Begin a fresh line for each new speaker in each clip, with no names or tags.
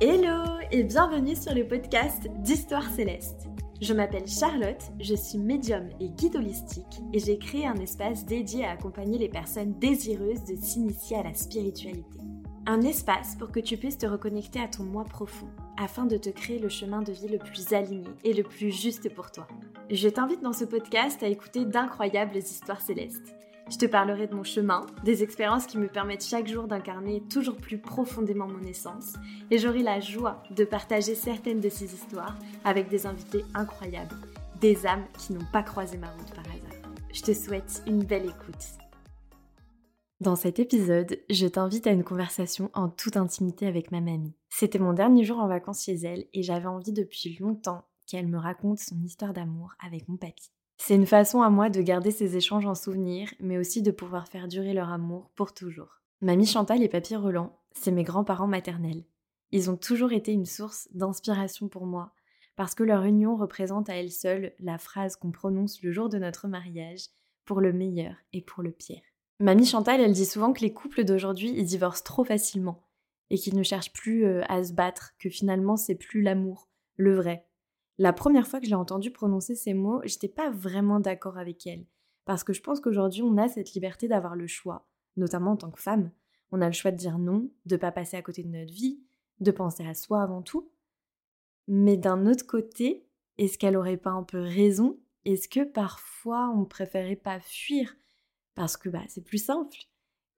Hello et bienvenue sur le podcast d'Histoire céleste. Je m'appelle Charlotte, je suis médium et guide holistique et j'ai créé un espace dédié à accompagner les personnes désireuses de s'initier à la spiritualité. Un espace pour que tu puisses te reconnecter à ton moi profond afin de te créer le chemin de vie le plus aligné et le plus juste pour toi. Je t'invite dans ce podcast à écouter d'incroyables histoires célestes. Je te parlerai de mon chemin, des expériences qui me permettent chaque jour d'incarner toujours plus profondément mon essence, et j'aurai la joie de partager certaines de ces histoires avec des invités incroyables, des âmes qui n'ont pas croisé ma route par hasard. Je te souhaite une belle écoute. Dans cet épisode, je t'invite à une conversation en toute intimité avec ma mamie. C'était mon dernier jour en vacances chez elle et j'avais envie depuis longtemps qu'elle me raconte son histoire d'amour avec mon papy. C'est une façon à moi de garder ces échanges en souvenir, mais aussi de pouvoir faire durer leur amour pour toujours. Mamie Chantal et papy Roland, c'est mes grands-parents maternels. Ils ont toujours été une source d'inspiration pour moi, parce que leur union représente à elle seule la phrase qu'on prononce le jour de notre mariage, pour le meilleur et pour le pire. Mamie Chantal, elle dit souvent que les couples d'aujourd'hui, ils divorcent trop facilement, et qu'ils ne cherchent plus euh, à se battre, que finalement c'est plus l'amour, le vrai, la première fois que je l'ai entendue prononcer ces mots, j'étais pas vraiment d'accord avec elle. Parce que je pense qu'aujourd'hui, on a cette liberté d'avoir le choix, notamment en tant que femme. On a le choix de dire non, de pas passer à côté de notre vie, de penser à soi avant tout. Mais d'un autre côté, est-ce qu'elle aurait pas un peu raison Est-ce que parfois on préférait pas fuir Parce que bah, c'est plus simple.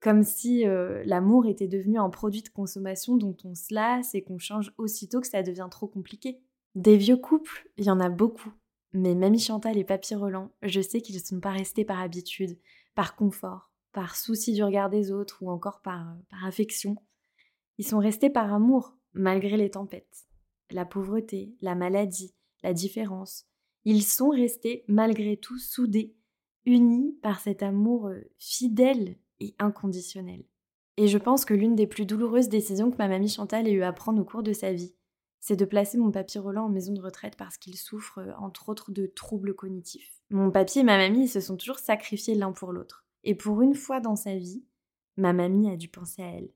Comme si euh, l'amour était devenu un produit de consommation dont on se lasse et qu'on change aussitôt que ça devient trop compliqué. Des vieux couples, il y en a beaucoup. Mais Mamie Chantal et Papy Roland, je sais qu'ils ne sont pas restés par habitude, par confort, par souci du regard des autres ou encore par, euh, par affection. Ils sont restés par amour, malgré les tempêtes, la pauvreté, la maladie, la différence. Ils sont restés malgré tout soudés, unis par cet amour euh, fidèle et inconditionnel. Et je pense que l'une des plus douloureuses décisions que ma mamie Chantal ait eu à prendre au cours de sa vie, c'est de placer mon papy Roland en maison de retraite parce qu'il souffre, euh, entre autres, de troubles cognitifs. Mon papy et ma mamie ils se sont toujours sacrifiés l'un pour l'autre. Et pour une fois dans sa vie, ma mamie a dû penser à elle.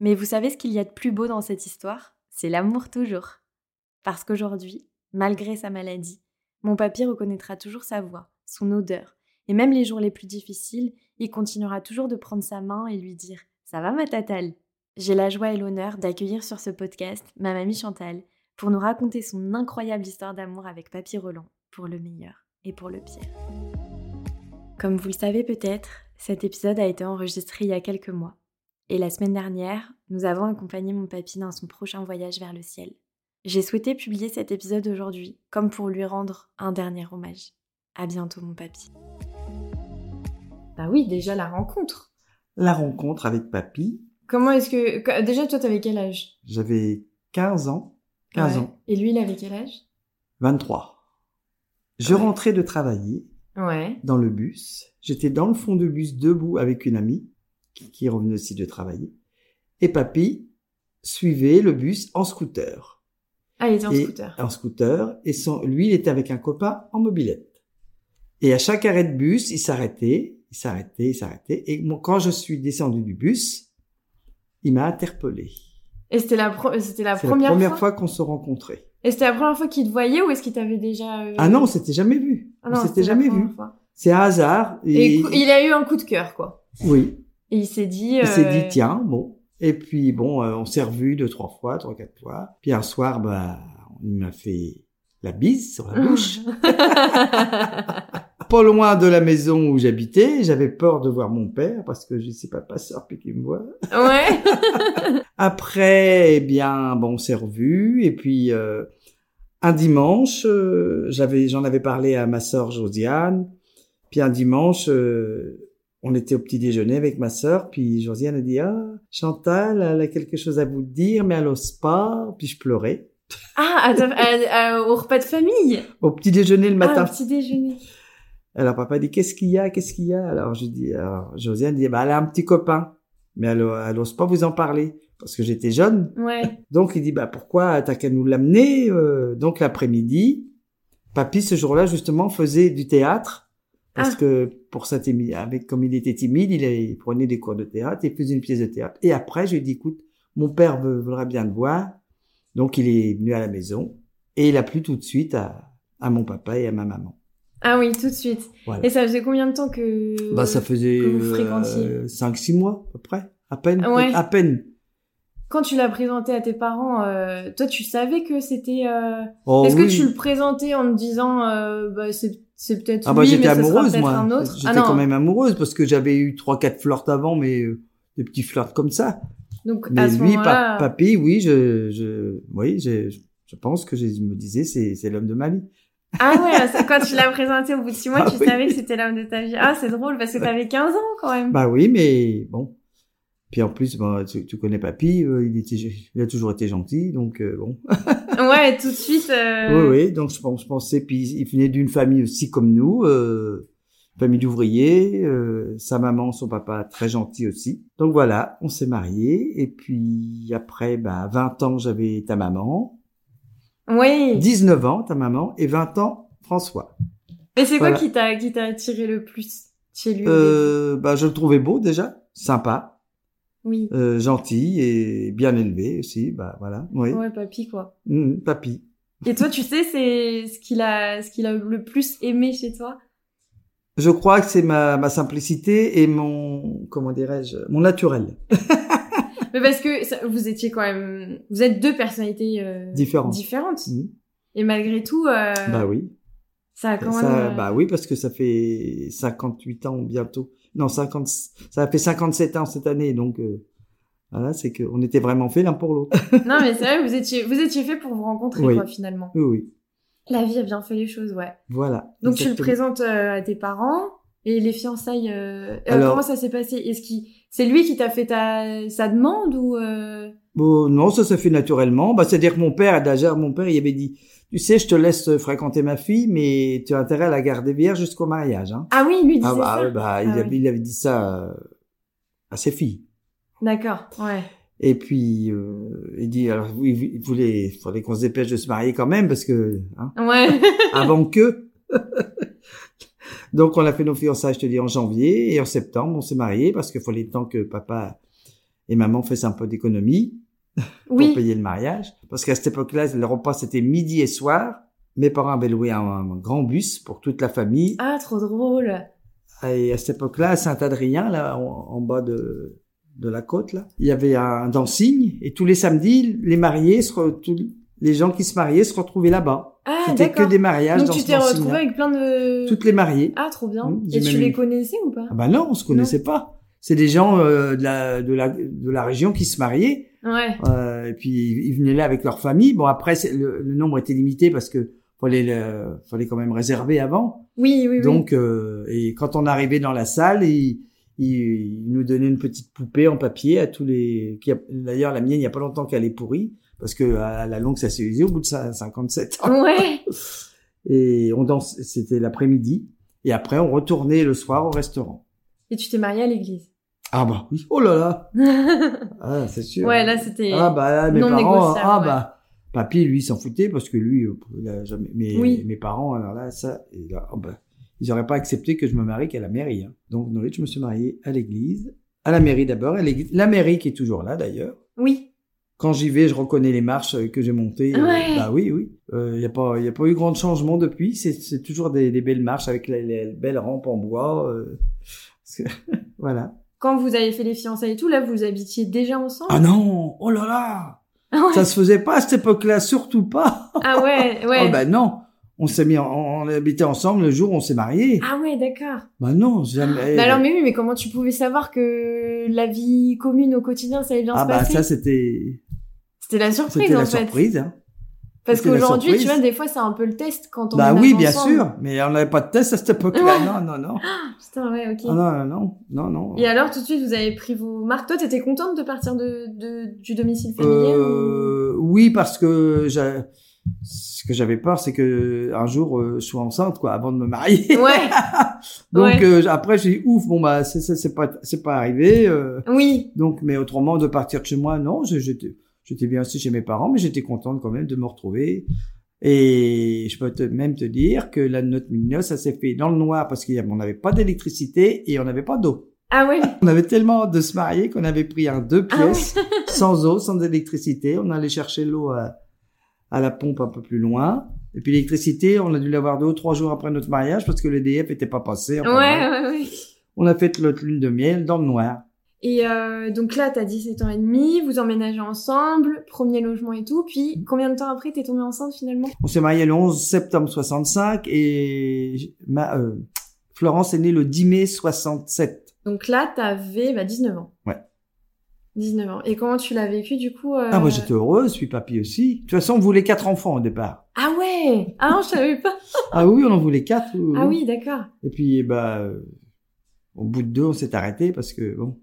Mais vous savez ce qu'il y a de plus beau dans cette histoire C'est l'amour toujours. Parce qu'aujourd'hui, malgré sa maladie, mon papy reconnaîtra toujours sa voix, son odeur. Et même les jours les plus difficiles, il continuera toujours de prendre sa main et lui dire Ça va ma tatale j'ai la joie et l'honneur d'accueillir sur ce podcast ma mamie Chantal pour nous raconter son incroyable histoire d'amour avec Papy Roland, pour le meilleur et pour le pire. Comme vous le savez peut-être, cet épisode a été enregistré il y a quelques mois. Et la semaine dernière, nous avons accompagné mon papy dans son prochain voyage vers le ciel. J'ai souhaité publier cet épisode aujourd'hui, comme pour lui rendre un dernier hommage. À bientôt, mon papy.
Bah oui, déjà la rencontre.
La rencontre avec papy,
Comment est-ce que... que- Déjà, toi, t'avais quel âge
j'avais 15 ans, 15
Ouais.
ans,
Et lui, il avait quel âge
23. Je
Ouais.
rentrais de travailler
Ouais.
dans le bus. J'étais dans le fond de bus debout avec une amie qui qui revenait aussi de travailler. Et papy suivait le bus en scooter.
Ah, il était en
Et-
scooter.
En scooter. Et son, lui, il était avec un copain en mobilette. Et à chaque arrêt de bus, il s'arrêtait, il s'arrêtait, il s'arrêtait. Et mon- quand je suis descendu du bus, il m'a interpellé.
Et c'était la, pro- c'était la
C'est
première,
la première
fois,
fois qu'on se rencontrait.
Et c'était la première fois qu'il te voyait ou est-ce qu'il t'avait déjà... euh,
Ah non, on s'était jamais vu.
ah
on
c'était
s'était
la
jamais vu.
première fois.
C'est un hasard.
Et cou- il a eu un coup de cœur, quoi.
Oui.
Et il s'est dit...
Il s'est
euh,
dit tiens bon. Et puis bon, euh, on s'est revus deux trois fois, trois quatre fois. Puis un soir, bah, il m'a fait la bise sur la bouche. Pas loin de la maison où j'habitais, j'avais peur de voir mon père parce que je sais pas pas sort puis qu'il me voit.
ouais.
Après, eh bien, bon, on s'est revus. Et puis, euh, un dimanche, euh, j'avais, j'en avais parlé à ma sœur Josiane. Puis un dimanche, euh, on était au petit déjeuner avec ma sœur. Puis Josiane a dit, ah, Chantal, elle a quelque chose à vous dire, mais elle n'ose pas. Puis je pleurais.
Ah, à ta- à- à- au repas de famille.
Au petit déjeuner le
Ah,
matin.
au petit déjeuner.
Alors papa dit, qu'est-ce qu'il y a, qu'est-ce qu'il y a Alors je dis, alors, Josiane dit, bah, elle a un petit copain, mais elle, elle n'ose pas vous en parler parce que j'étais jeune.
Ouais.
Donc il dit bah pourquoi t'as qu'à nous l'amener euh, donc l'après-midi. Papy ce jour-là justement faisait du théâtre parce
Ah.
que pour sa timide, avec comme il était timide, il, est- il prenait des cours de théâtre et faisait une pièce de théâtre. Et après je lui ai dit écoute mon père veut- voudrait bien te voir Donc il est venu à la maison et il a plu tout de suite à, à mon papa et à ma maman.
Ah oui, tout de suite.
Voilà.
Et ça faisait combien de temps que...
Bah ça faisait
que vous fréquentiez.
5 6 mois à peu près, à peine
Ouais.
à peine.
Quand tu l'as présenté à tes parents, euh, toi, tu savais que c'était... euh,
Oh,
Est-ce
oui.
que tu le présentais en me disant, euh, bah, c'est c'est peut-être
Ah bah
lui, mais
j'étais
ça sera
amoureuse
peut-être
moi.
un autre.
J'étais
Ah non,
quand même amoureuse parce que j'avais eu trois quatre flirts avant mais euh, des petits flirts comme ça.
donc
Mais
à ce
lui
moment-là...
pa- papy, oui, je je oui, je je pense que je me disais c'est c'est l'homme de ma vie.
Ah ouais, c'est quand tu l'as présenté au bout de six mois,
Ah
tu
oui.
savais que c'était l'homme de ta vie. Ah, c'est drôle, parce que t'avais 15 ans quand même.
Bah oui, mais bon. Puis en plus, bon, tu, tu connais papy, euh, il, était, il a toujours été gentil, donc euh, bon.
Ouais, tout de suite... euh,
Oui, oui, donc je, pense- je pensais, puis il venait d'une famille aussi comme nous, euh, famille d'ouvriers, euh, sa maman, son papa, très gentil aussi. Donc voilà, on s'est mariés, et puis après, bah, 20 ans, j'avais ta maman,
Oui.
19 ans, ta maman, et 20 ans, François.
Mais c'est
Voilà.
quoi qui t'a qui t'a attiré le plus chez lui au début
Euh, bah, je le trouvais beau déjà, sympa,
Oui.
euh, gentil et bien élevé aussi, bah voilà, oui.
Ouais, papy quoi.
Mhm, papy.
Et toi, tu sais, c'est ce qu'il a ce qu'il a le plus aimé chez toi
Je crois que c'est ma, ma simplicité et mon comment dirais-je mon naturel
Mais parce que ça- vous étiez quand même vous êtes deux personnalités euh,
différent.
différentes.
Mhm.
Et malgré tout euh,
Bah oui.
ça a quand
Ça,
même euh,
bah oui parce que ça fait 58 ans bientôt. Non, 50 ça a fait 57 ans cette année donc euh, voilà, c'est que on était vraiment fait l'un pour l'autre.
euh, Non, mais c'est vrai, vous étiez vous étiez fait pour vous rencontrer
Oui.
quoi finalement.
oui oui.
La vie a bien fait les choses, ouais.
Voilà.
Donc tu le
Exactement.
présentes euh, à tes parents et les fiançailles euh, euh,
Alors-
comment ça s'est passé Est-ce qu'il c'est lui qui t'a fait ta sa demande ou euh,
Bon, non, ça s'est fait naturellement. Bah, c'est-à-dire que mon père, déjà, mon père, il avait dit, tu sais, je te laisse euh, fréquenter ma fille, mais tu as intérêt à la garder vierge jusqu'au mariage. Hein.
Ah oui, il lui disait
Ah bah,
ça.
ouais, bah, il,
Ah
avait,
oui.
il avait dit ça euh, à ses filles.
D'accord, ouais.
Et puis euh, il dit alors oui, oui, il voulait, il fallait qu'on se dépêche de se marier quand même parce que hein,
Ouais.
avant que. Donc on a fait nos fiançailles, je te dis en janvier et en septembre on s'est mariés parce qu'il fallait le temps que papa et maman fassent un peu d'économie pour
Oui.
payer le mariage parce qu'à cette époque-là le repas c'était midi et soir. Mes parents avaient loué un, un grand bus pour toute la famille
Ah, trop drôle.
et à cette époque-là à Saint-Adrien là en, en bas de de la côte là. Il y avait un dancing et tous les samedis, les mariés, se re- tous les gens qui se mariaient se retrouvaient là-bas.
Ah,
C'était que
d'accord.
des mariages
Donc
dans
tu
ce
t'es
dancing-là.
retrouvé avec plein de...
Toutes les mariées.
Ah, trop bien.
Mmh, j'ai
Et tu
même
les
eu-
connaissais ou pas
Ah bah non, on se connaissait pas. C'est des gens euh, de, la, de la de la région qui se mariaient
Ouais.
euh, et puis ils ils venaient là avec leur famille. Bon après c'est- le, le nombre était limité parce que fallait le- fallait quand même réserver avant.
Oui, oui, oui.
Donc, euh, et quand on arrivait dans la salle, il, il- il nous donnait une petite poupée en papier à tous les. qui a- D'ailleurs, la mienne, il n'y a pas longtemps qu'elle est pourrie, parce que à la longue, ça s'est usé au bout de ça- 57 ans.
Ouais.
Et on danse. C'était l'après-midi, et après, on retournait le soir au restaurant.
Et tu t'es marié à l'église.
Ah bah oui. Oh là là.
ouais,
Ah, c'est sûr.
là, c'était...
Ah bah là, mes
non
parents.
négociable,
Ah
ouais.
bah. Papy, lui, il s'en foutait parce que lui, euh, il a jamais. Mes,
Oui.
mes parents, alors là, ça, et là, oh bah, ils n'auraient pas accepté que je me marie qu'à la mairie. hein. Donc, non, je me suis marié à l'église, à la mairie d'abord, à l'église, la mairie qui est toujours là d'ailleurs.
Oui.
Quand j'y vais, je reconnais les marches euh, que j'ai montées. euh,
Ouais.
Bah oui, oui. Il n'y a pas, y a pas eu grand changement depuis. C'est- C'est toujours des, des belles marches avec les, les belles rampes en bois. euh, parce que- voilà.
Quand vous avez fait les fiançailles et tout, là, vous habitiez déjà ensemble
Ah non, oh là là,
Ah ouais.
ça se faisait pas à cette époque-là, surtout pas.
Ah ouais, ouais.
Oh bah non, on s'est mis, en, on habitait ensemble le jour où on s'est mariés.
Ah ouais, d'accord.
Bah non, jamais.
Mais alors, mais oui, mais comment tu pouvais savoir que la vie commune au quotidien, ça allait bien
ah
se
bah
passer
ça c'était,
C'était la surprise,
c'était
en
la
fait.
surprise. Hein.
Parce
C'était la
qu'aujourd'hui, tu
surprise.
vois, des fois, c'est un peu le test quand on
Bah
déménage
oui, bien
ensemble.
sûr, mais on n'avait pas de test à cette époque-là. Non, non, non.
Putain, ouais, ok.
Ah non, non, non, non, non.
Et alors, tout de suite, vous avez pris vos marques. Toi, t'étais contente de partir de, de- du domicile familial ou-
Euh, oui, parce que j'a- ce que j'avais peur, c'est que un jour euh, je sois enceinte, quoi, avant de me marier.
Ouais,
Donc
ouais.
euh, après, j'ai dit ouf, bon bah c'est, c'est, c'est pas, c'est pas arrivé. euh,
oui.
Donc, mais autrement, de partir de chez moi, non, je- j'étais, j'étais bien aussi chez mes parents, mais j'étais contente quand même de me retrouver. Et je peux te- même te dire que la note noce, ça s'est fait dans le noir parce qu'on n'avait pas d'électricité et on n'avait pas d'eau.
Ah ouais,
On avait tellement hâte de se marier qu'on avait pris un deux
Ah ouais.
pièces, sans eau, sans électricité. On allait chercher l'eau à, à la pompe un peu plus loin. Et puis l'électricité, on a dû l'avoir deux ou trois jours après notre mariage parce que l'EDF était pas passé.
Ouais,
enfin, bref.
ouais, ouais.
On a fait notre lune de miel dans le noir.
Et euh, donc là, t'as 17 ans et demi, vous emménagez ensemble, premier logement et tout. Puis combien de temps après t'es tombée enceinte finalement
On s'est mariés le 11 septembre 65 et j- ma, euh, Florence est née le 10 mai 67.
Donc là, t'avais bah, 19 ans.
Ouais.
19 ans. Et comment tu l'as vécu du coup euh,
Ah, moi j'étais heureuse, je suis papy aussi. De toute façon, on voulait quatre enfants au départ.
Ah ouais Ah non, je savais pas.
Ah oui, on en voulait quatre. oui,
Ah
oui.
oui, d'accord.
Et puis, eh ben, euh, au bout de deux, on s'est arrêté parce que, bon,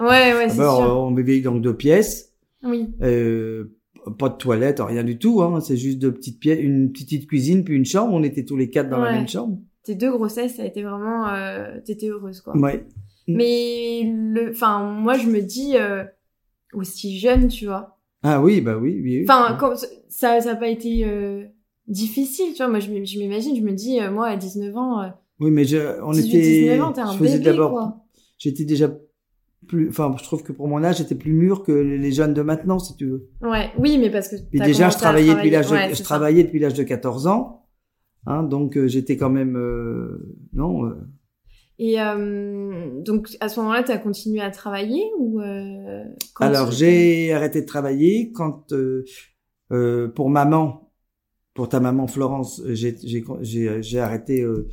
Ouais, ouais,
Ah
c'est
ben,
sûr.
on vivait dans deux pièces,
Oui.
euh, pas de toilette, rien du tout. Hein, c'est juste deux petites pièces, une petite cuisine puis une chambre. On était tous les quatre dans la
Ouais.
même chambre.
Tes deux grossesses, ça a été vraiment... Euh, T'étais heureuse, quoi.
Ouais.
Mais le... Enfin, moi, je me dis... euh, aussi jeune, tu vois.
Ah oui, bah oui, oui. oui.
Enfin, quand- ça ça a pas été euh, difficile, tu vois. Moi, je m- je m'imagine, je me dis, euh, moi, à 19 ans, euh,
Oui, mais je, on
18,
était,
19 ans, t'es un
je faisais
bébé,
d'abord,
quoi.
j'étais déjà plus, enfin, je trouve que pour mon âge, j'étais plus mûr que les jeunes de maintenant, si tu veux.
Ouais, oui, mais parce que
Puis
t'as
déjà,
commencé
je
à
travaillais depuis
travailler.
l'âge, de-
Ouais,
je
c'est ça.
travaillais depuis l'âge de 14 ans, hein, donc euh, j'étais quand même, euh, non, euh,
Et euh, donc, à ce moment-là, t'as continué à travailler ou euh, quand
Alors
tu-
j'ai arrêté de travailler quand euh, euh, pour maman, pour ta maman Florence, euh, j'ai j'ai j'ai j'ai arrêté, euh,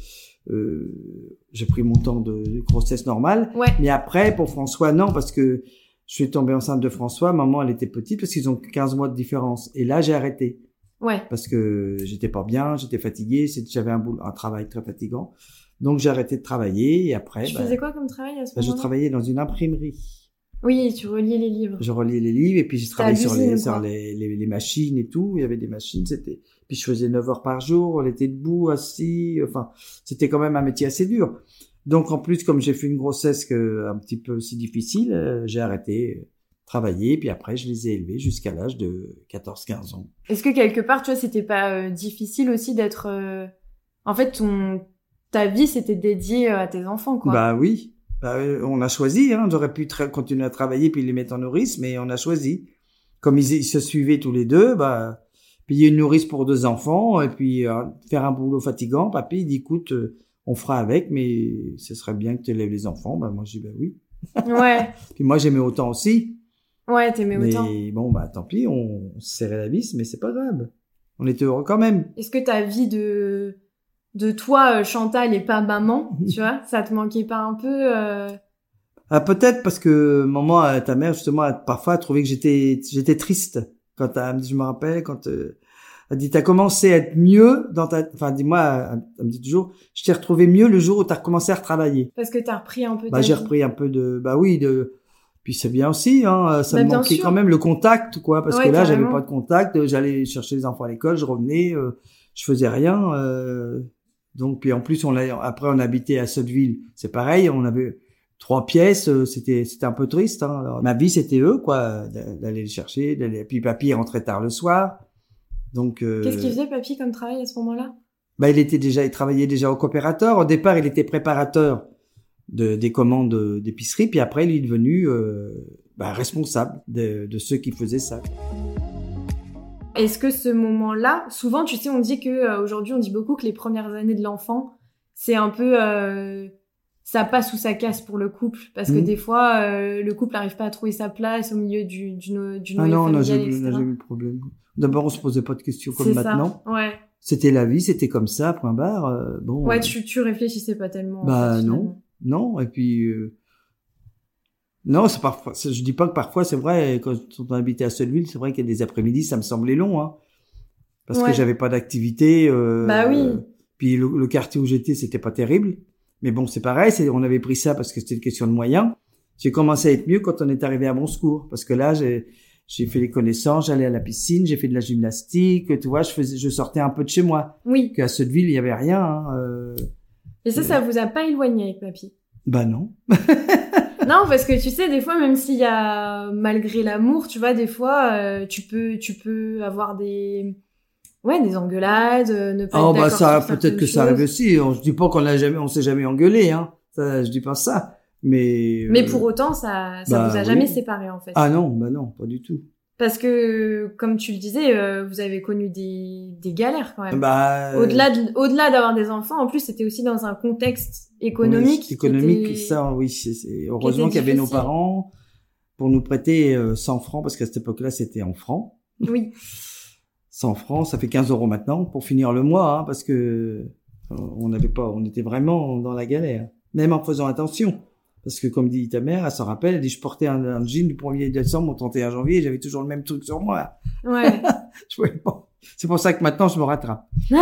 euh, j'ai pris mon temps de de grossesse normale.
Ouais.
Mais après pour François non parce que je suis tombée enceinte de François, maman elle était petite parce qu'ils ont 15 mois de différence et là j'ai arrêté
Ouais,
parce que j'étais pas bien, j'étais fatiguée, c'est- j'avais un boulot, un travail très fatigant, donc j'ai arrêté de travailler et après
tu
bah,
faisais quoi comme travail à ce
bah, je
moment-là
travaillais dans une imprimerie.
Oui, tu reliais les livres.
Je relis les livres et puis j'ai
à
travaillé sur, les,
l'usine,
sur
quoi.
les, les, les machines et tout. Il y avait des machines, c'était. Puis je faisais 9 heures par jour, on était debout, assis. Enfin, c'était quand même un métier assez dur. Donc en plus, comme j'ai fait une grossesse que, un petit peu si difficile, euh, j'ai arrêté de travailler. Puis après, je les ai élevés jusqu'à l'âge de 14-15 ans.
Est-ce que quelque part, tu vois, c'était pas euh, difficile aussi d'être... euh, En fait, ton... ta vie, c'était dédiée euh, à tes enfants, quoi.
Bah oui, Bah, euh, on a choisi. Hein. J'aurais pu tra- continuer à travailler puis les mettre en nourrice, mais on a choisi. Comme ils, ils se suivaient tous les deux, bah, payer une nourrice pour deux enfants et puis euh, faire un boulot fatigant. Papy il dit, écoute, euh, on fera avec, mais ce serait bien que tu élèves les enfants. Bah, moi, je dis, bah oui.
Ouais,
Puis moi, j'aimais autant aussi.
ouais, t'aimais
mais
autant.
bon, bah tant pis, on, on se serrait la vis, mais c'est pas grave. On était heureux quand même.
Est-ce que ta vie de... De toi, euh, Chantal, et pas maman,
Mhm.
tu vois, ça te manquait pas un peu euh,
Ah, peut-être parce que maman, euh, ta mère justement, a- parfois a trouvé que j'étais, j'étais triste. Quand elle me dit- je me rappelle, quand euh, elle dit, t'as commencé à être mieux dans ta, enfin, dis-moi, elle, elle me dit toujours, je t'ai retrouvé mieux le jour où t'as recommencé à retravailler.
Parce que t'as repris un peu
Bah,
ta
j'ai
vie.
repris un peu de, bah oui, de, puis c'est bien aussi, hein, euh, ça
Bah,
me
bien
manquait
sûr.
quand même le contact, quoi, parce
Ouais,
que là, j'avais
carrément.
pas de contact, euh, j'allais chercher les enfants à l'école, je revenais, euh, je faisais rien, euh, donc, puis en plus, on l'a, après, on habitait à Sotteville, c'est pareil, on avait trois pièces, euh, c'était, c'était un peu triste, hein, alors, ma vie, c'était eux, quoi, d'a- d'aller les chercher, d'aller, puis papy rentrait tard le soir, donc, euh,
Qu'est-ce qu'il faisait, papy, comme travail à ce moment-là
bah, il était déjà, il travaillait déjà au coopérateur. Au départ, il était préparateur de, des commandes d'épicerie, puis après, il est devenu euh, bah, responsable de, de ceux qui faisaient ça.
Est-ce que ce moment-là, souvent, tu sais, on dit que euh, aujourd'hui, on dit beaucoup que les premières années de l'enfant, c'est un peu euh, ça passe ou ça casse pour le couple, parce que
Mhm.
des fois, euh, le couple n'arrive pas à trouver sa place au milieu du du, no- du
Ah
noyau
non, on n'a
familial,
jamais, on n'a
etc.
jamais eu de problème. D'abord, on se posait pas de questions comme
C'est ça.
maintenant.
Ouais,
C'était la vie, c'était comme ça, point barre. euh, bon,
ouais,
euh,
tu tu réfléchissais pas tellement. en
Bah,
fait, finalement.
non. non. Et puis, euh, non, c'est parfois. c'est- Je dis pas que parfois, c'est vrai. Quand on habitait à Sotteville, c'est vrai qu'il y a des après-midi, ça me semblait long, hein, parce
Ouais.
que j'avais pas d'activité. euh,
Bah oui.
Puis le, le quartier où j'étais, c'était pas terrible. Mais bon, c'est pareil, c'est, on avait pris ça parce que c'était une question de moyens. J'ai commencé à être mieux quand on est arrivé à mon secours. Parce que là, j'ai, j'ai fait les connaissances, j'allais à la piscine, j'ai fait de la gymnastique, tu vois, je faisais, je sortais un peu de chez moi.
Oui.
Qu'à Sotteville, il y avait rien, hein, euh,
Et ça, ça vous a pas éloigné avec papy.
bah non.
Non, parce que tu sais, des fois, même s'il y a malgré l'amour, tu vois, des fois, euh, tu peux, tu peux avoir des, ouais, des engueulades, euh, ne pas.
Ah
être
bah ça,
d'accord sur certaines
peut-être que ça arrive
choses.
aussi. On, je dis pas qu'on a jamais, on s'est jamais engueulé, hein. Ça, je dis pas ça. Mais.
Mais
euh,
pour autant, ça, ça
bah
vous a
oui.
jamais séparés en fait.
Ah non, bah non, pas du tout.
Parce que, comme tu le disais, euh, vous avez connu des, des galères quand même.
Bah, euh,
Au-delà de- au-delà d'avoir des enfants, en plus, c'était aussi dans un contexte économique.
oui, économique,
qui était-
ça, oui. c'est- c'est- Heureusement
était
qu'il y avait nos
difficile.
parents pour nous prêter euh, 100 francs, parce qu'à cette époque-là, c'était en francs.
Oui.
100 francs, ça fait 15 euros maintenant pour finir le mois, hein, parce que euh, on n'avait pas, on était vraiment dans la galère, même en faisant attention. Parce que comme dit ta mère, elle s'en rappelle, elle dit je portais un, un jean du 1er décembre au 31 janvier, j'avais toujours le même truc sur moi.
Ouais.
Je voyais pas. C'est pour ça que maintenant je me rattrape.
mais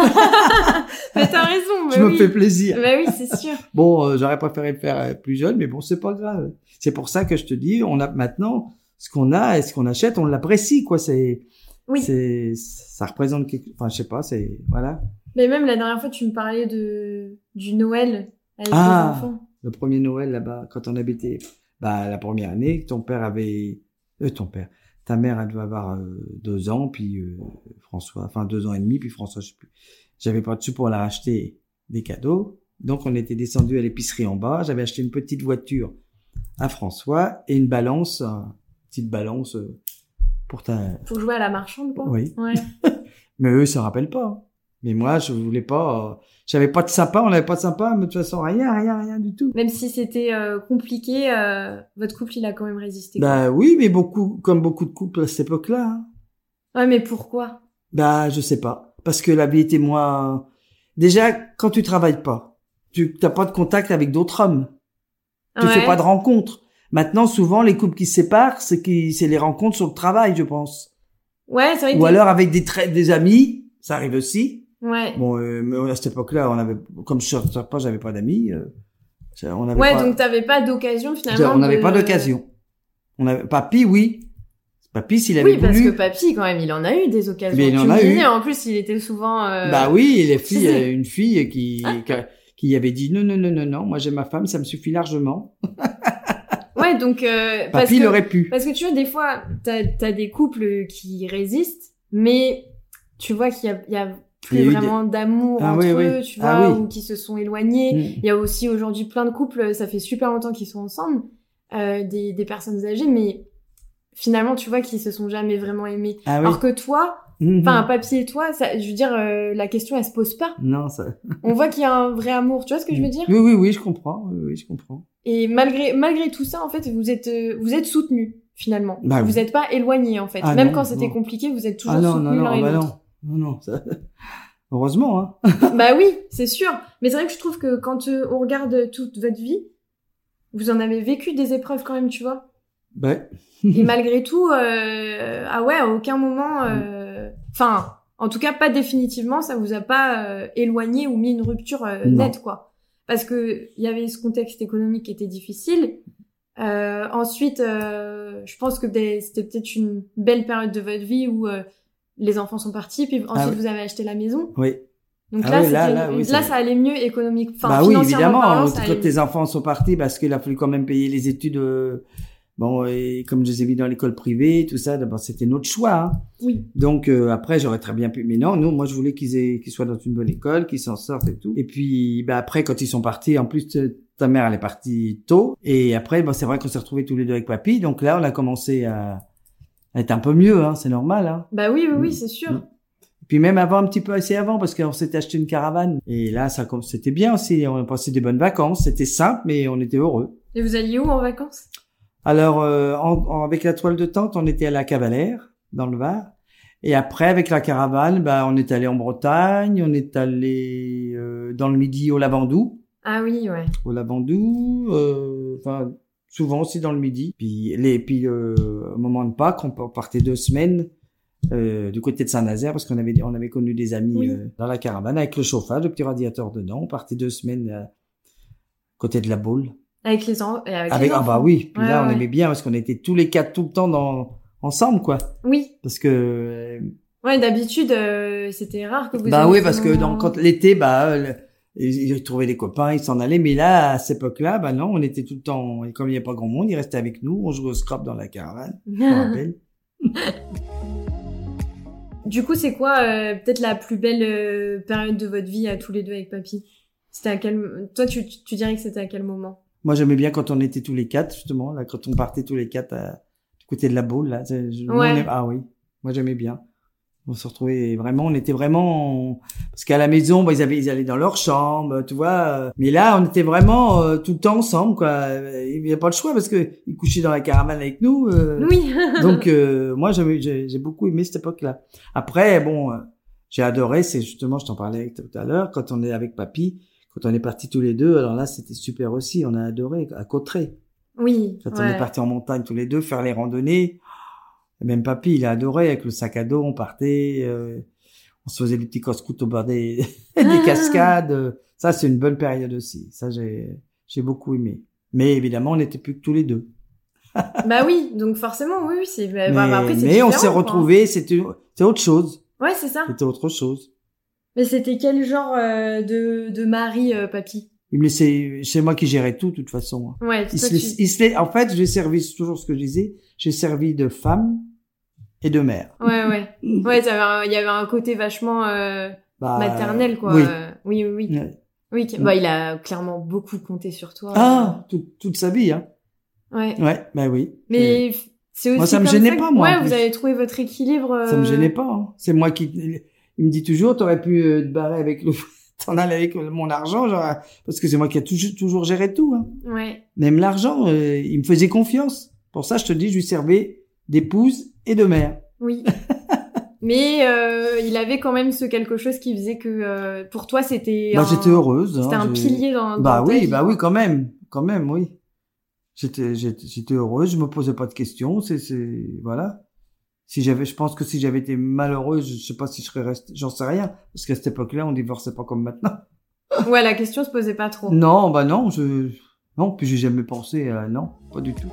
t'as raison. Mais
je
oui.
me fais plaisir.
Bah oui, c'est sûr.
Bon, euh, j'aurais préféré le faire euh, plus jeune, mais bon, c'est pas grave. C'est pour ça que je te dis, on a maintenant ce qu'on a et ce qu'on achète, on l'apprécie quoi. C'est,
Oui.
c'est, ça représente quelque, enfin je sais pas, c'est voilà.
Mais même la dernière fois, tu me parlais de du Noël avec
Ah.
les enfants.
le premier Noël là-bas, quand on habitait, bah, la première année, ton père avait, euh, ton père, ta mère, elle devait avoir euh, deux ans, puis euh, François, enfin deux ans et demi, puis François, je sais plus. J'avais pas de sous pour leur acheter des cadeaux, donc on était descendu à l'épicerie en bas. J'avais acheté une petite voiture à François et une balance, une petite balance euh, pour ta.
Pour jouer à la marchande, quoi.
Oui.
Ouais.
Mais eux, ils se rappellent pas. Mais moi, je voulais pas. euh, J'avais pas de sympa, on n'avait pas de sympa, mais de toute façon, rien, rien, rien du tout.
Même si c'était euh, compliqué, euh, votre couple, il a quand même résisté. quoi.
Bah oui, mais beaucoup, comme beaucoup de couples à cette époque-là. hein.
Ouais, mais pourquoi
Bah je sais pas, parce que la vie était moins. Déjà, quand tu travailles pas, tu t'as pas de contact avec d'autres hommes, tu
Ouais.
fais pas de rencontres. Maintenant, souvent, les couples qui se séparent, c'est qui, c'est les rencontres sur le travail, je pense.
Ouais, c'est vrai.
Ou
que-
alors avec des tra- des amis, ça arrive aussi.
Ouais.
Bon, euh, mais à cette époque-là, on avait, comme je sortais pas, j'avais pas d'amis. euh, ça, on avait
Ouais,
pas...
donc t'avais pas d'occasion finalement.
on n'avait
de-
pas d'occasion. On avait papy, oui. Papy, s'il avait
Oui, parce
voulu.
que papy, quand même, il en a eu des occasions.
Mais il
Tu
en
me
a eu.
disais, En plus, il était souvent. euh, Ah.
Bah oui, et les filles,
c'est-
euh, une fille qui, qui, qui avait dit non, non, non, non, non, moi j'ai ma femme, ça me suffit largement.
Ouais, donc. euh, parce
Papy
que-
l'aurait pu.
Parce que tu vois, des fois, t'as as des couples qui résistent, mais tu vois qu'il y a, il y
Il
a
y a
plus
eu des-
vraiment d'amour
Ah
entre
oui, oui.
eux, tu vois,
Ah oui.
ou qui se sont éloignés.
Mm.
Il y a aussi aujourd'hui plein de couples, ça fait super longtemps qu'ils sont ensemble, euh, des, des personnes âgées, mais finalement, tu vois qu'ils se sont jamais vraiment aimés.
Ah oui.
Alors que toi,
Mhm.
enfin, un papier et toi, ça, je veux dire, euh, la question, elle se pose pas.
Non, ça. Mm.
On voit qu'il y a un vrai amour, tu vois ce que je veux dire
Oui, oui, oui, je comprends. Oui, oui, je comprends.
Et malgré, malgré tout ça, en fait, vous êtes, euh, vous êtes soutenus, finalement.
Bah oui.
vous n'êtes pas éloignés, en fait.
Ah
Même
non,
quand c'était
non.
compliqué, vous êtes toujours
Ah non, non,
soutenus
non,
l'un
ah
et
bah
l'autre.
non. Non, non, ça- Heureusement, hein.
bah oui, c'est sûr. Mais c'est vrai que je trouve que quand euh, on regarde toute votre vie, vous en avez vécu des épreuves quand même, tu vois.
Ouais.
Et malgré tout, euh, ah ouais, à aucun moment, euh, enfin, en tout cas pas définitivement, ça vous a pas euh, éloigné ou mis une rupture euh,
Non.
nette, quoi. Parce que il y avait ce contexte économique qui était difficile. Euh, ensuite, euh, je pense que des- c'était peut-être une belle période de votre vie où euh, les enfants sont partis, puis ensuite
Ah oui.
vous avez acheté la maison.
Oui.
Donc
Ah
là,
oui, là,
c'était-
là, oui,
là,
c'est-
ça allait mieux économique, enfin
bah oui,
financièrement
évidemment.
parlant, ça allait
quand tes enfants sont partis, parce qu'il a fallu quand même payer les études. euh, Bon, et comme je les ai mis dans l'école privée, tout ça, d'abord c'était notre choix. hein.
Oui.
Donc euh, après, j'aurais très bien pu. Mais non, nous, moi, je voulais qu'ils aient, qu'ils soient dans une bonne école, qu'ils s'en sortent et tout. Et puis, bah après, quand ils sont partis, en plus, euh, ta mère, elle est partie tôt. Et après, bah, c'est vrai qu'on s'est retrouvés tous les deux avec papy. Donc là, on a commencé à, à être un peu mieux. Hein, c'est normal. Hein.
Bah oui, oui,
Mm.
oui, c'est sûr.
Mm. Puis même avant, un petit peu, c'est avant, parce qu'on s'était acheté une caravane. Et là, ça, com- c'était bien aussi. On a passé des bonnes vacances. C'était simple, mais on était heureux.
Et vous alliez où en vacances
Alors, euh, en- en- avec la toile de tente, on était à la Cavalère, dans le Var. Et après, avec la caravane, bah, on est allé en Bretagne, on est allé euh, dans le Midi au Lavandou,
Ah oui, ouais.
au Lavandou, euh, enfin, souvent aussi dans le Midi. Puis, les, puis euh, au moment de Pâques, on partait deux semaines euh, du côté de Saint-Nazaire parce qu'on avait, on avait connu des amis
Oui.
euh, dans la caravane avec le chauffage, le petit radiateur dedans. On partait deux semaines euh, côté de la boule.
Avec les, en... et avec
Avec,
les
ah
enfants.
bah oui, puis
Ouais,
là on
ouais.
aimait bien parce qu'on était tous les quatre tout le temps dans, ensemble quoi.
Oui.
Parce que euh,
Ouais, d'habitude, euh, c'était rare que vous.
bah
ayez
oui parce que
vraiment-
dans, quand l'été bah euh, le- ils ils trouvaient des copains, ils s'en allaient, mais là à cette époque-là bah non on était tout le temps et comme il n'y a pas grand monde ils restaient avec nous, on jouait au scrap dans la caravane, je me rappelle.
du coup, c'est quoi euh, peut-être la plus belle euh, période de votre vie à tous les deux avec papy C'était à quel Toi, tu, tu dirais que c'était à quel moment
Moi j'aimais bien quand on était tous les quatre justement là quand on partait tous les quatre à- du côté de la boule là. C'est- je- nous,
Ouais.
on est- ah oui, moi j'aimais bien. On se retrouvait vraiment, on était vraiment parce qu'à la maison, bah, ils avaient ils allaient dans leur chambre, tu vois. euh, Mais là, on était vraiment euh, tout le temps ensemble quoi. Il n'y a pas le choix parce que ils couchaient dans la caravane avec nous. euh,
Oui.
donc euh, moi j'avais- j'ai j'ai beaucoup aimé cette époque-là. Après bon, euh, j'ai adoré, c'est justement je t'en parlais tout à l'heure quand on est avec papy, quand on est partis tous les deux, alors là c'était super aussi, on a adoré à Cotteret.
oui.
Quand on
ouais.
est partis en montagne tous les deux faire les randonnées, Et même papy il a adoré avec le sac à dos, on partait, euh, on se faisait des petits casse-coutes au bord des,
Ah.
des cascades. Ça c'est une bonne période aussi. Ça j'ai j'ai beaucoup aimé. Mais évidemment on n'était plus que tous les deux.
Bah oui, donc forcément, oui, oui, c'est. bah,
Mais,
bah, après, c'est
mais on
différent,
s'est
quoi.
retrouvés, c'était c'était autre chose.
Ouais, c'est ça.
C'était autre chose.
Mais c'était quel genre euh, de, de mari, euh, papy
Il me laissait, c'est moi qui gérais tout, de toute façon. hein.
Ouais,
Il
toi,
se
tu-
laissait- il se laissait- en fait, j'ai servi, c'est toujours ce que je disais, j'ai servi de femme et de mère.
Ouais, ouais. Ouais, t'avais un- il y avait un côté vachement euh,
Bah,
maternel, quoi.
Oui.
Euh, Oui, oui, oui.
Ouais. Mm.
Oui, qui- bah, il a clairement beaucoup compté sur toi. Euh,
Ah, toute- toute sa vie, hein.
Ouais.
Ouais, bah oui.
Mais f- c'est aussi.
Moi, ça me
comme
gênait
que-
pas, moi, en
Ouais,
plus.
vous avez trouvé votre équilibre.
Euh, Ça me gênait
pas.
pas, hein. C'est moi qui, il me dit toujours, t'aurais pu euh, te barrer avec le, t'en aller avec mon argent, genre, parce que c'est moi qui ai toujours, toujours géré tout, hein.
Ouais.
Même l'argent, euh, il me faisait confiance. Pour ça, je te dis, je lui servais d'épouse et de mère.
Oui. Mais euh, il avait quand même ce quelque chose qui faisait que euh, pour toi c'était.
Bah,
un-
j'étais heureuse.
C'était
hein,
un
j'ai-
pilier dans.
Bah
dans ta
oui,
vie. hein.
bah oui, quand même, quand même, oui. J'étais, j'étais j'étais heureuse, je me posais pas de questions, c'est, c'est, voilà. Si j'avais, je pense que si j'avais été malheureuse, je sais pas si je serais restée, j'en sais rien, parce qu'à cette époque-là, on divorçait pas comme maintenant.
Ouais, la question se posait pas trop.
Non, bah non, je, non, puis j'ai jamais pensé, à... non, pas du tout.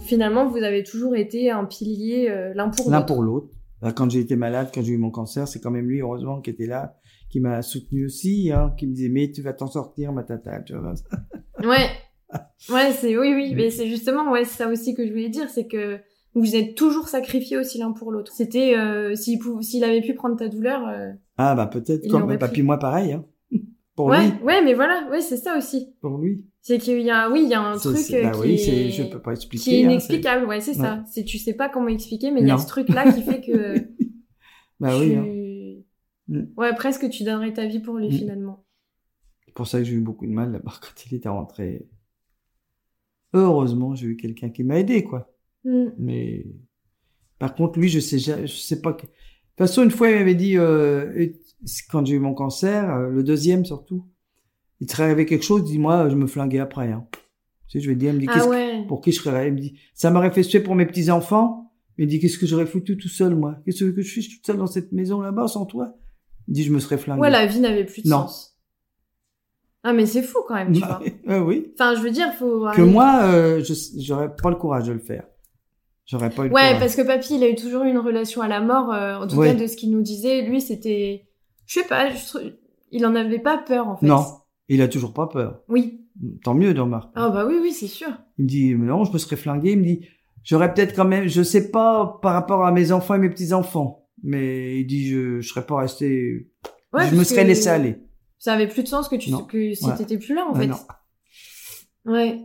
Finalement, vous avez toujours été un pilier euh, l'un pour
L'un
l'autre.
pour l'autre. Bah, Quand j'ai été malade, quand j'ai eu mon cancer, c'est quand même lui, heureusement, qui était là, qui m'a soutenu aussi, hein, qui me disait, mais tu vas t'en sortir, ma tata, tu vois.
Ouais. Ouais, c'est oui, oui. Mais c'est justement ouais, c'est ça aussi que je voulais dire, c'est que vous êtes toujours sacrifiés aussi l'un pour l'autre. C'était euh, s'il pou- s'il avait pu prendre ta douleur. euh,
Ah, bah, peut-être,
Il
comme
l'aurait
mais
pris.
papy, moi, pareil, hein. Pour
Ouais,
lui,
ouais, mais voilà, ouais, c'est ça aussi.
pour lui.
C'est qu'il y a oui, il y a un
C'est-
truc
c'est-
euh,
bah
qui
oui,
est...
c'est- je peux pas expliquer.
qui est
hein,
inexplicable, ouais, c'est ça. C'est tu sais pas comment expliquer, mais il y a
Non.
ce truc là qui fait que euh,
c'est- Bah
tu...
oui, hein. Mm.
ouais, presque tu donnerais ta vie pour lui
Mm.
finalement.
c'est pour ça que j'ai eu beaucoup de mal là-bas quand il était rentré. Heureusement, j'ai eu quelqu'un qui m'a aidé, quoi.
Mm.
Mais par contre, lui, je sais, ja- je sais pas. que- De toute façon, une fois, il m'avait dit euh, et- quand j'ai eu mon cancer, euh, le deuxième surtout, il serait arrivé quelque chose. Dis-moi, je me flinguais après. Hein. Tu sais, je vais dire, il me dit,
Ah
qu'est-ce que- Mm.
ouais.
pour qui je serais Il me dit, ça m'aurait fait suer pour mes petits enfants. Il me dit, qu'est-ce que j'aurais foutu tout seul, moi Qu'est-ce que je suis toute seule dans cette maison là-bas sans toi Il dit, je me serais flingué.
Ouais, la vie n'avait plus de
Non.
sens. Ah mais c'est fou quand même, tu vois.
Ouais, oui.
Enfin, je veux dire, faut
Que
arriver-
moi, euh, je j'aurais pas le courage de le faire. J'aurais pas eu le
Ouais,
courage.
parce que papy, il a eu toujours eu une relation à la mort. euh, en tout
Ouais.
cas, de ce qu'il nous disait, lui, c'était, je sais pas, je trou- il en avait pas peur en fait.
Non, il a toujours pas peur.
Oui.
Tant mieux, Domar.
Ah bah oui, oui, c'est sûr.
Il me dit, mais non, je me serais flingué. Il me dit, j'aurais peut-être quand même, je sais pas par rapport à mes enfants et mes petits-enfants. Mais il dit, je, je serais pas resté,
Ouais,
je me
parce
serais
que
laissé aller.
Ça avait plus de sens que tu
Non.
que si
Ouais.
t'étais plus là en
Ah,
fait.
non.
Ouais.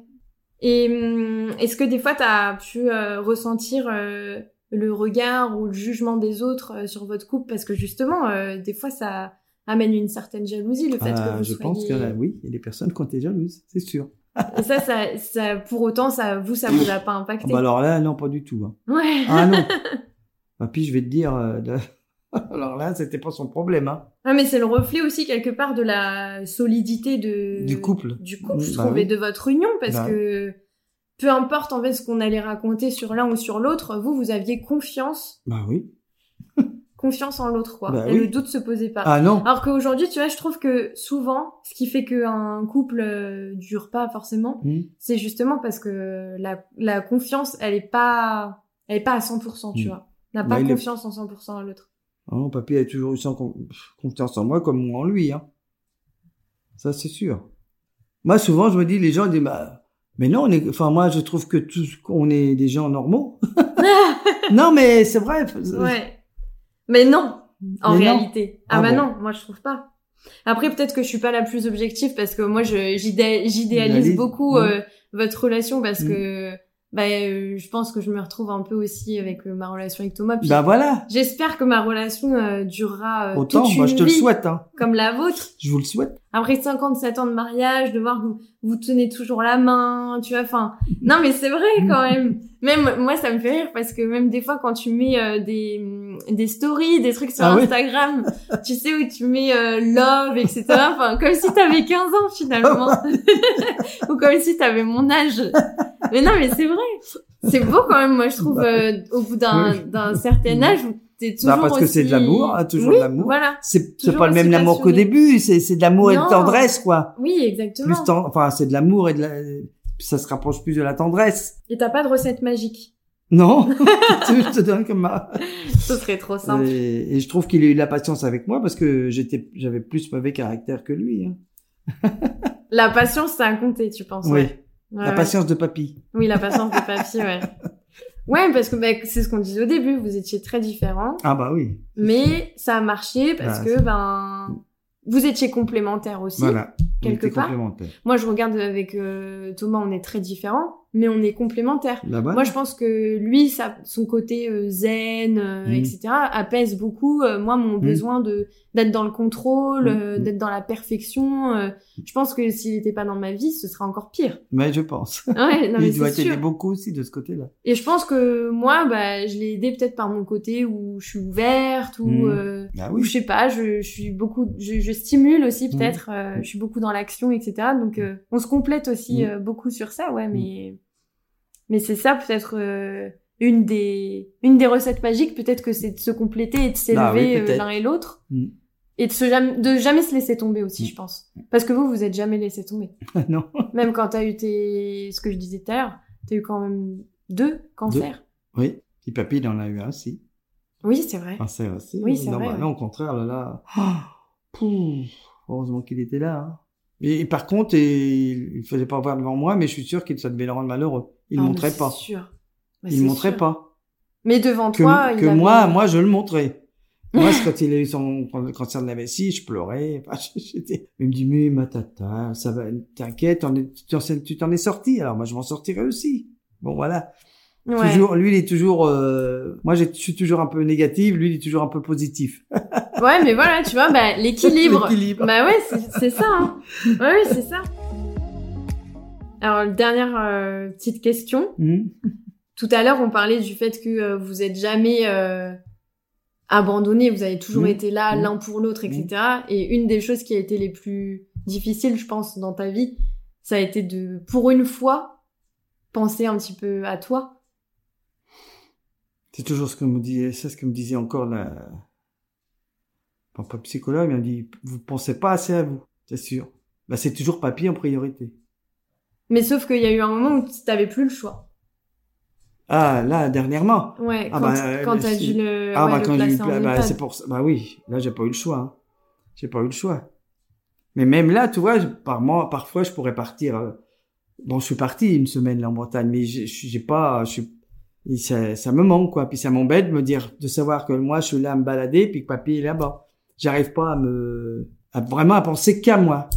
Et hum, est-ce que des fois t'as pu euh, ressentir euh, le regard ou le jugement des autres euh, sur votre couple parce que justement, euh, des fois ça amène une certaine jalousie le fait que
Ah,
vous
je
soyez-
pense que là, oui, il y a des personnes qui ont été jalouses, c'est sûr.
Et ça, ça, ça, pour autant, ça, vous, ça vous a pas impacté.
Ah, bah alors là, non, pas du tout. hein.
Ouais.
Ah non. Ah, puis je vais te dire, euh, de- alors là, c'était pas son problème, hein,
Ah, mais c'est le reflet aussi quelque part de la solidité de
du couple.
du couple, je
Bah
trouve, et
oui.
de votre union, parce
Bah
que peu importe en fait ce qu'on allait raconter sur l'un ou sur l'autre, vous, vous aviez confiance,
Bah oui.
confiance en l'autre, quoi.
Bah
et
oui.
le doute se posait pas.
Ah non.
Alors qu'aujourd'hui, tu vois, je trouve que souvent, ce qui fait qu'un couple euh, dure pas forcément,
Hmm.
c'est justement parce que la, la confiance, elle est pas, elle est pas à 100%, tu
Mm.
vois. On n'a
Bah,
pas
il est-
confiance en 100% à l'autre.
Ah non, papy a toujours eu sans con- pff, confiance en moi comme moi en lui. Hein. Ça, c'est sûr. Moi, souvent, je me dis, les gens disent, bah, mais non, on est, enfin, moi, je trouve que tous, on est des gens normaux. non, mais c'est vrai.
Ouais. Mais non, en
Mais non.
réalité. Ah,
Ah
bah
bon.
non, moi je trouve pas. Après peut-être que je suis pas la plus objective parce que moi je j'idé- j'idéalise
Idéalise,
beaucoup
ouais. Mm.
euh, votre relation parce que bah, euh, je pense que je me retrouve un peu aussi avec euh, ma relation avec Thomas. Puis
Bah voilà,
J'espère que ma relation euh, durera euh,
autant,
toute
moi
une
je te le
vie,
souhaite, hein.
comme la vôtre.
je vous le souhaite.
Après 57 ans de mariage, de voir que vous, vous tenez toujours la main, tu vois, enfin... Non, mais c'est vrai, quand
Mm.
même. Même, moi, ça me fait rire, parce que même des fois, quand tu mets euh, des, des stories, des trucs sur
Ah oui.
Instagram, tu sais, où tu mets euh, love, etc., enfin, comme si t'avais 15 ans, finalement. Ou comme si t'avais mon âge. Mais non, mais c'est vrai. C'est beau, quand même, moi, je trouve, euh, au bout d'un
Bah, Oui.
d'un certain âge, où t'es toujours
Bah, parce que c'est de
aussi-
l'amour, hein, toujours
Oui,
de l'amour.
voilà.
C'est c'est
Toujours
pas le
aussi
même amour qu'au
passionné.
début, c'est c'est de l'amour et de
Non.
tendresse, quoi.
Oui, exactement.
Plus ten- enfin, c'est de l'amour et de la... Ça se rapproche plus de la tendresse.
Et t'as pas de recette magique.
Non, je te donne comme ma...
Ce serait trop simple.
Et, et je trouve qu'il a eu de la patience avec moi parce que j'étais, j'avais plus mauvais caractère que lui. hein.
La patience, c'est à compter, tu penses.
Oui,
ouais. Ouais,
la
ouais.
patience de papy.
Oui, la patience de papier, ouais. Ouais, parce que bah, c'est ce qu'on disait au début, vous étiez très différents,
Ah bah oui,
mais ça a marché parce
Bah,
que ben vous étiez complémentaires aussi.
voilà. On
quelque
était
part.
complémentaires.
Moi, je regarde avec euh, Thomas, on est très différents, mais on est complémentaires.
Là-bas.
Moi, je pense que lui, ça, son côté euh, zen, euh,
Mm.
etc., apaise beaucoup. euh, moi, mon besoin de d'être dans le contrôle,
Mm,
euh,
mm.
d'être dans la perfection. euh, je pense que s'il n'était pas dans ma vie, ce serait encore pire.
Mais je pense.
Ouais, non, mais
Il doit
c'est
t'aider
sûr.
beaucoup aussi de ce côté-là.
Et je pense que moi, bah, je l'ai aidé peut-être par mon côté où je suis ouverte ou
Mm.
euh,
Bah
ou
oui.
je sais pas, je, je suis beaucoup, je, je stimule aussi
Mm.
peut-être, euh, je suis beaucoup dans l'action, etc. Donc
Mhm.
euh, on se complète aussi
Mm.
euh, beaucoup sur ça, ouais,
Mm.
mais mais c'est ça peut-être euh, une des une des recettes magiques, peut-être que c'est de se compléter et de s'élever
Ah oui,
euh,
peut-être.
l'un et l'autre.
Mm.
Et de, se jamais, de jamais se laisser tomber aussi,
Mm.
je pense. Parce que vous, vous êtes jamais laissé tomber.
non.
Même quand t'as eu tes, ce que je disais tout à l'heure, t'as eu quand même deux cancers.
Oui. Et papy, il en a eu un, si.
Oui, c'est vrai.
Un cerf aussi.
Oui, Oh. c'est
Ah, non,
vrai,
bah
ouais.
non, au contraire, là, là. Ah, pouf. heureusement qu'il était là. hein. Et, et par contre, et- il ne faisait pas voir devant moi, mais je suis sûr que ça devait le rendre malheureux. Il
Ah,
ne
mais
montrait
c'est
pas.
Sûr. Mais
Il
c'est
ne montrait
sûr.
pas.
Mais devant
que,
toi,
que
il avait-
moi, moi, je le montrais. Moi, c'est quand il a eu son can- cancer de la vessie, je pleurais. Enfin, j'étais- il me dit, mais ma tata, ça va, t'inquiète, t'en es- tu t'en sais- tu t'en es sorti. Alors, moi, je m'en sortirai aussi. Bon, voilà.
Ouais.
Toujours, lui, il est toujours, euh, moi, j'ai- je suis toujours un peu négative, lui, il est toujours un peu positif.
Ouais, mais voilà, tu vois, bah, l'équilibre.
L'équilibre.
bah ouais, c'est- c'est ça. Hein. Ouais, ouais, c'est ça. Alors, dernière euh, petite question.
Hmm.
Tout à l'heure, on parlait du fait que euh, vous êtes jamais euh, abandonné, vous avez toujours
Mm.
été là
Mm.
l'un pour l'autre, etc. Et une des choses qui a été les plus difficiles, je pense, dans ta vie, ça a été de, pour une fois, penser un petit peu à toi.
C'est toujours ce que me dit, c'est ce que me disait encore la, pas pas psychologue, il me dit, vous pensez pas assez à vous, c'est sûr. Bah, c'est toujours papy en priorité.
Mais sauf qu'il y a eu un moment où tu t'avais plus le choix.
Ah, là, dernièrement.
Ouais,
Ah
quand,
bah, euh,
quand
mais
t'as
si.
dû le,
Ah
ouais,
bah
le
quand j'ai eu
placer
pla-
en
bah
EHPAD.
c'est pour ça. Bah oui, là j'ai pas eu le choix. hein. J'ai pas eu le choix. Mais même là, tu vois, je- par moi, parfois je pourrais partir. euh, Bon, je suis parti une semaine là en Bretagne, mais j'ai- je suis- j'ai pas, je suis, et ça, ça me manque quoi. Puis ça m'embête de me dire, de savoir que moi je suis là à me balader, puis que papy est là-bas. J'arrive pas à me, à vraiment à penser qu'à moi.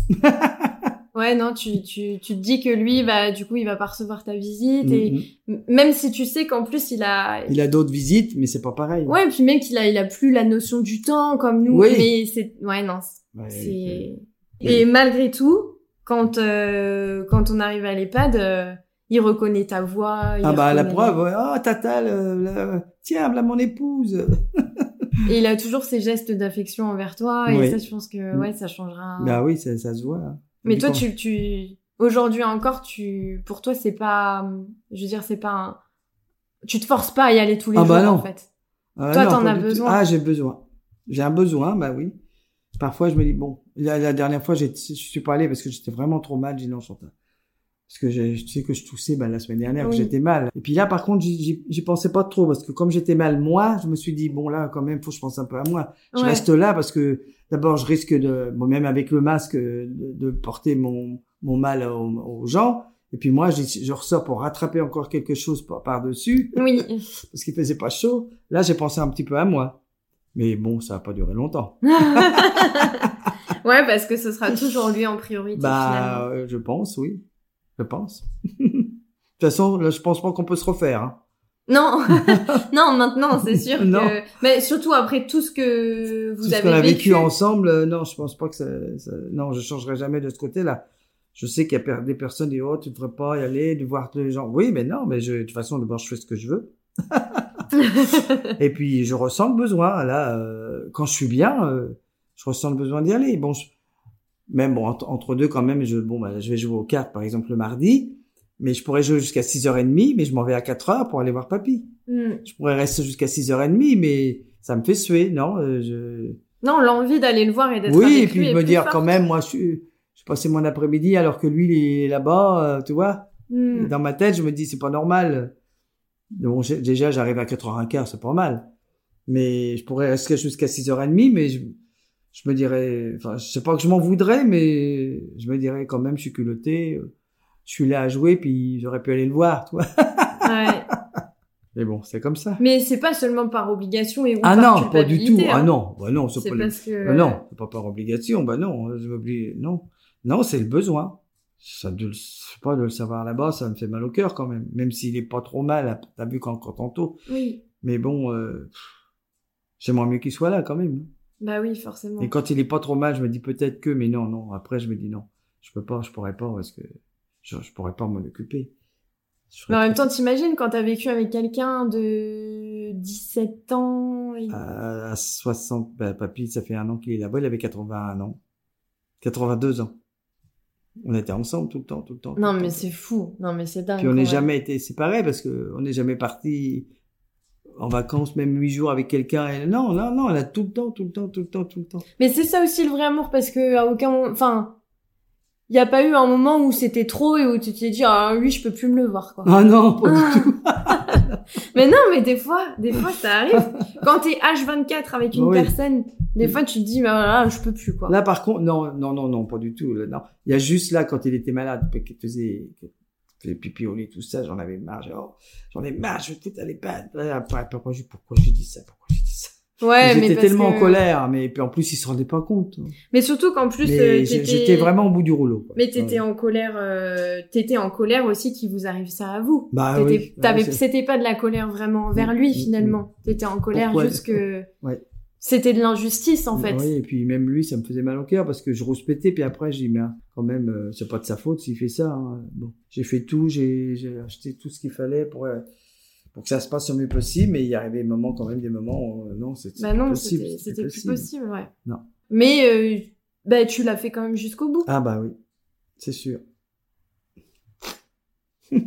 Ouais, non, tu, tu, tu te dis que lui, bah, du coup, il va pas recevoir ta visite. Et...
Mm, mm.
m- Même si tu sais qu'en plus, il a...
Il a d'autres visites, mais c'est pas pareil.
Ouais, puis même qu'il a, il a plus la notion du temps comme nous.
Oui.
Mais c'est... Ouais, non, c'est-
Ouais,
c'est...
Oui.
Et malgré tout, quand, euh, quand on arrive à l'EHPAD, euh, il reconnaît ta voix. il
Ah bah la
reconnaît-
preuve, ouais. oh tata, le- le- tiens, là mon épouse.
Et il a toujours ses gestes d'affection envers toi.
Oui.
Et ça, je pense que,
Mm.
ouais, ça changera.
Bah oui, ça, ça se voit. hein.
Ah. Mais
Puis
toi,
quand-
tu, tu, aujourd'hui encore, tu, pour toi, c'est pas, je veux dire, c'est pas un, tu te forces pas à y aller tous les
Ah bah
jours,
non.
en fait.
Ah,
Toi,
non,
t'en
pas
as
du tout.
besoin.
Ah, j'ai besoin. J'ai un besoin, bah oui. Parfois, je me dis, bon, la, la dernière fois, j'ai- je suis pas allé parce que j'étais vraiment trop mal, j'ai dit non, Chantal. Parce que j'ai- je sais que je toussais bah, la semaine dernière, que
Oui.
j'étais mal. Et puis là, par contre, j'y- j'y j'y pensais pas trop parce que comme j'étais mal moi, je me suis dit, bon, là, quand même, faut que je pense un peu à moi. Je
Ouais.
reste là parce que d'abord, je risque de, moi même avec le masque, euh, de, de porter mon, mon mal aux, aux gens. Et puis moi, j'y- je ressors pour rattraper encore quelque chose par- par-dessus
Oui.
parce qu'il faisait pas chaud. Là, j'ai pensé un petit peu à moi. Mais bon, ça a pas duré longtemps.
ouais, parce que ce sera toujours lui en priorité,
Bah, euh, je pense, oui. Je pense. De toute toute façon, là, je pense pas qu'on peut se refaire. hein.
Non, non, maintenant, c'est sûr
Non.
que. Mais surtout après tout ce que vous
Tout ce
avez
qu'on a vécu, ensemble, euh, non, je pense pas que ça, ça- non, je changerai jamais de ce côté-là. Je sais qu'il y a per- des personnes qui disent, oh, tu devrais pas y aller, de voir les gens. Oui, mais non, mais je, de toute façon, d'abord, je fais ce que je veux. Et puis, je ressens le besoin. Là, euh, quand je suis bien, euh, je ressens le besoin d'y aller. Bon, je- même bon, entre, entre deux, quand même, je, bon, bah, je vais jouer aux cartes, par exemple, le mardi. Mais je pourrais jouer jusqu'à 6h30, mais je m'en vais à 4h pour aller voir papy.
Hmm.
Je pourrais rester jusqu'à 6h30, mais ça me fait suer, non? euh, je...
Non, l'envie d'aller le voir et d'être
Oui,
avec
et puis
lui
de
est
me
plus
dire
forte.
quand même, moi, je, suis- je passais mon après-midi alors que lui, il est là-bas, euh, tu vois.
Hmm.
Et Dans ma tête, je me dis, c'est pas normal. Mais Bon, j'ai- déjà, j'arrive à 4h15, c'est pas mal. Mais je pourrais rester jusqu'à 6h30, mais je, je me dirais, enfin, je sais pas que je m'en voudrais, mais je me dirais quand même, je suis culotté, euh, je suis là à jouer, puis j'aurais pu aller le voir, tu vois. Bah.
Ouais.
Mais bon, c'est comme ça.
Mais c'est pas seulement par obligation et ou
Ah
par
non, pas du tout.
culpabilité,
Ah
hein.
non, bah non,
C'est
pas le-
parce que.
Ah non, c'est pas par obligation. Bah non, je m'oublie. Non, non, c'est le besoin. Ça de, le- je sais pas de le savoir là-bas, ça me fait mal au cœur quand même. Même s'il est pas trop mal, à- t'as vu quand quand tantôt.
Oui.
Mais bon, euh, pff, j'aimerais mieux qu'il soit là quand même.
Bah oui, forcément.
Et quand il est pas trop mal, je me dis peut-être que, mais non, non. Après, je me dis non, je peux pas, je pourrais pas parce que je, je pourrais pas m'en occuper. Je serais
Mais en même
trop-
temps, t'imagines quand t'as vécu avec quelqu'un de 17 ans et...
à, à 60, bah, papy, ça fait un an qu'il est là-bas. Il avait 81 ans, 82 ans. On était ensemble tout le temps, tout le temps. tout
Non,
le
mais
temps.
c'est fou. Non, mais c'est dingue.
Puis on
quand
n'est
même.
jamais été séparés parce que on n'est jamais parti en vacances, même huit jours avec quelqu'un. Et Non, non, non, elle a tout le temps, tout le temps, tout le temps, tout le temps.
Mais c'est ça aussi le vrai amour parce que à aucun moment. Enfin. Il n'y a pas eu un moment où c'était trop et où tu t'es dit, ah lui, je peux plus me le voir, quoi.
Ah non, pas du tout.
Mais non, mais des fois, des fois, ça arrive. Quand t'es H24 avec une
Bah Oui.
personne, des fois, tu te dis, bah voilà, je peux plus, quoi.
Là, par contre, non, non, non, non, pas du tout. Là, non. Il y a juste là, quand il était malade, puis qu'il faisait, qu'il faisait pipi au lit, tout ça, j'en avais marre. J'ai- oh, J'en ai marre, je vais peut-être aller pas. Après, pourquoi j'ai pourquoi j'ai dit ça Pourquoi j'ai dit ça
ouais, mais
J'étais
parce
tellement
que-
en colère, mais puis en plus, il se rendait pas compte.
Mais surtout qu'en plus, euh,
Mais j'ai-
t'étais-
j'étais vraiment au bout du rouleau. quoi.
Mais
Ouais.
t'étais en colère, euh, t'étais en colère aussi qu'il vous arrive ça à vous.
Bah
T'étais-
oui.
t'avais-
Ouais, c'est-
c'était pas de la colère vraiment envers
Mm,
lui
mm,
finalement. T'étais en colère
Pourquoi
juste que
Ouais.
c'était de l'injustice en fait.
Oui, et puis même lui, ça me faisait mal au cœur parce que je rouspétais, puis après, j'ai dit, mais hein, quand même, euh, c'est pas de sa faute s'il fait ça. hein. Bon, j'ai fait tout, j'ai j'ai acheté tout ce qu'il fallait pour, euh, pour que ça se passe le mieux possible, mais il y arrivait des moments, quand même, des moments, où, euh, non, c'est
Bah
c'est
non,
plus possible,
c'était
c'est
c'était plus possible, ouais.
Non.
Mais euh, bah tu l'as fait quand même jusqu'au bout.
Ah bah oui, c'est sûr. Ah.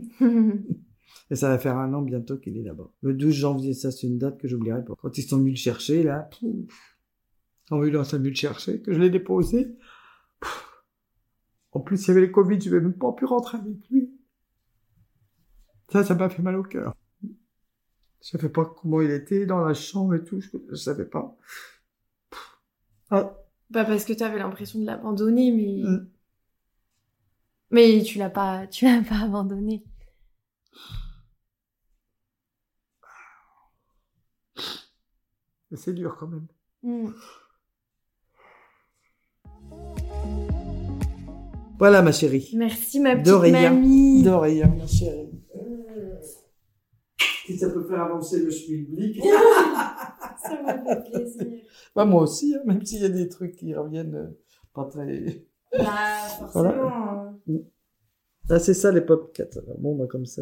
Et ça va faire un an bientôt qu'il est là-bas. Le 12 janvier, ça c'est une date que j'oublierai pas. Quand ils sont venus le chercher, là, pouf, l'ambulance est venue le chercher, que je l'ai déposé. Pouf. En plus, il y avait le Covid, je vais même pas pu rentrer avec lui. Ça, ça m'a fait mal au cœur. Je savais pas comment il était dans la chambre et tout, je, je savais pas. Pouf. Ah,
pas parce que t'avais l'impression de l'abandonner, mais
Mm.
mais tu l'as pas, tu l'as pas abandonné.
c'est dur quand même.
Mm.
Voilà ma chérie.
Merci ma
De
petite
rien.
mamie.
De rien, ma chérie. Si ça peut faire avancer le schmilblick.
Ça m'a fait plaisir.
Bah, moi aussi, hein, même s'il y a des trucs qui reviennent euh, pas très.
Bah
Voilà. Mm.
forcément. hein.
Ah, c'est ça les popcats. Alors, bon, bah, comme ça.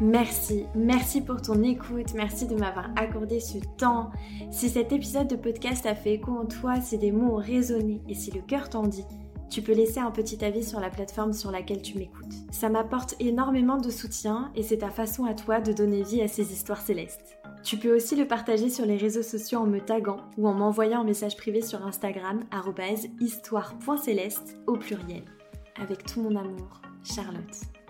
Merci, merci pour ton écoute, merci de m'avoir accordé ce temps. Si cet épisode de podcast a fait écho en toi, si des mots ont résonné et si le cœur t'en dit, tu peux laisser un petit avis sur la plateforme sur laquelle tu m'écoutes. Ça m'apporte énormément de soutien et c'est ta façon à toi de donner vie à ces histoires célestes. Tu peux aussi le partager sur les réseaux sociaux en me taguant ou en m'envoyant un message privé sur Instagram arobase @histoire.celeste au pluriel. Avec tout mon amour, Charlotte.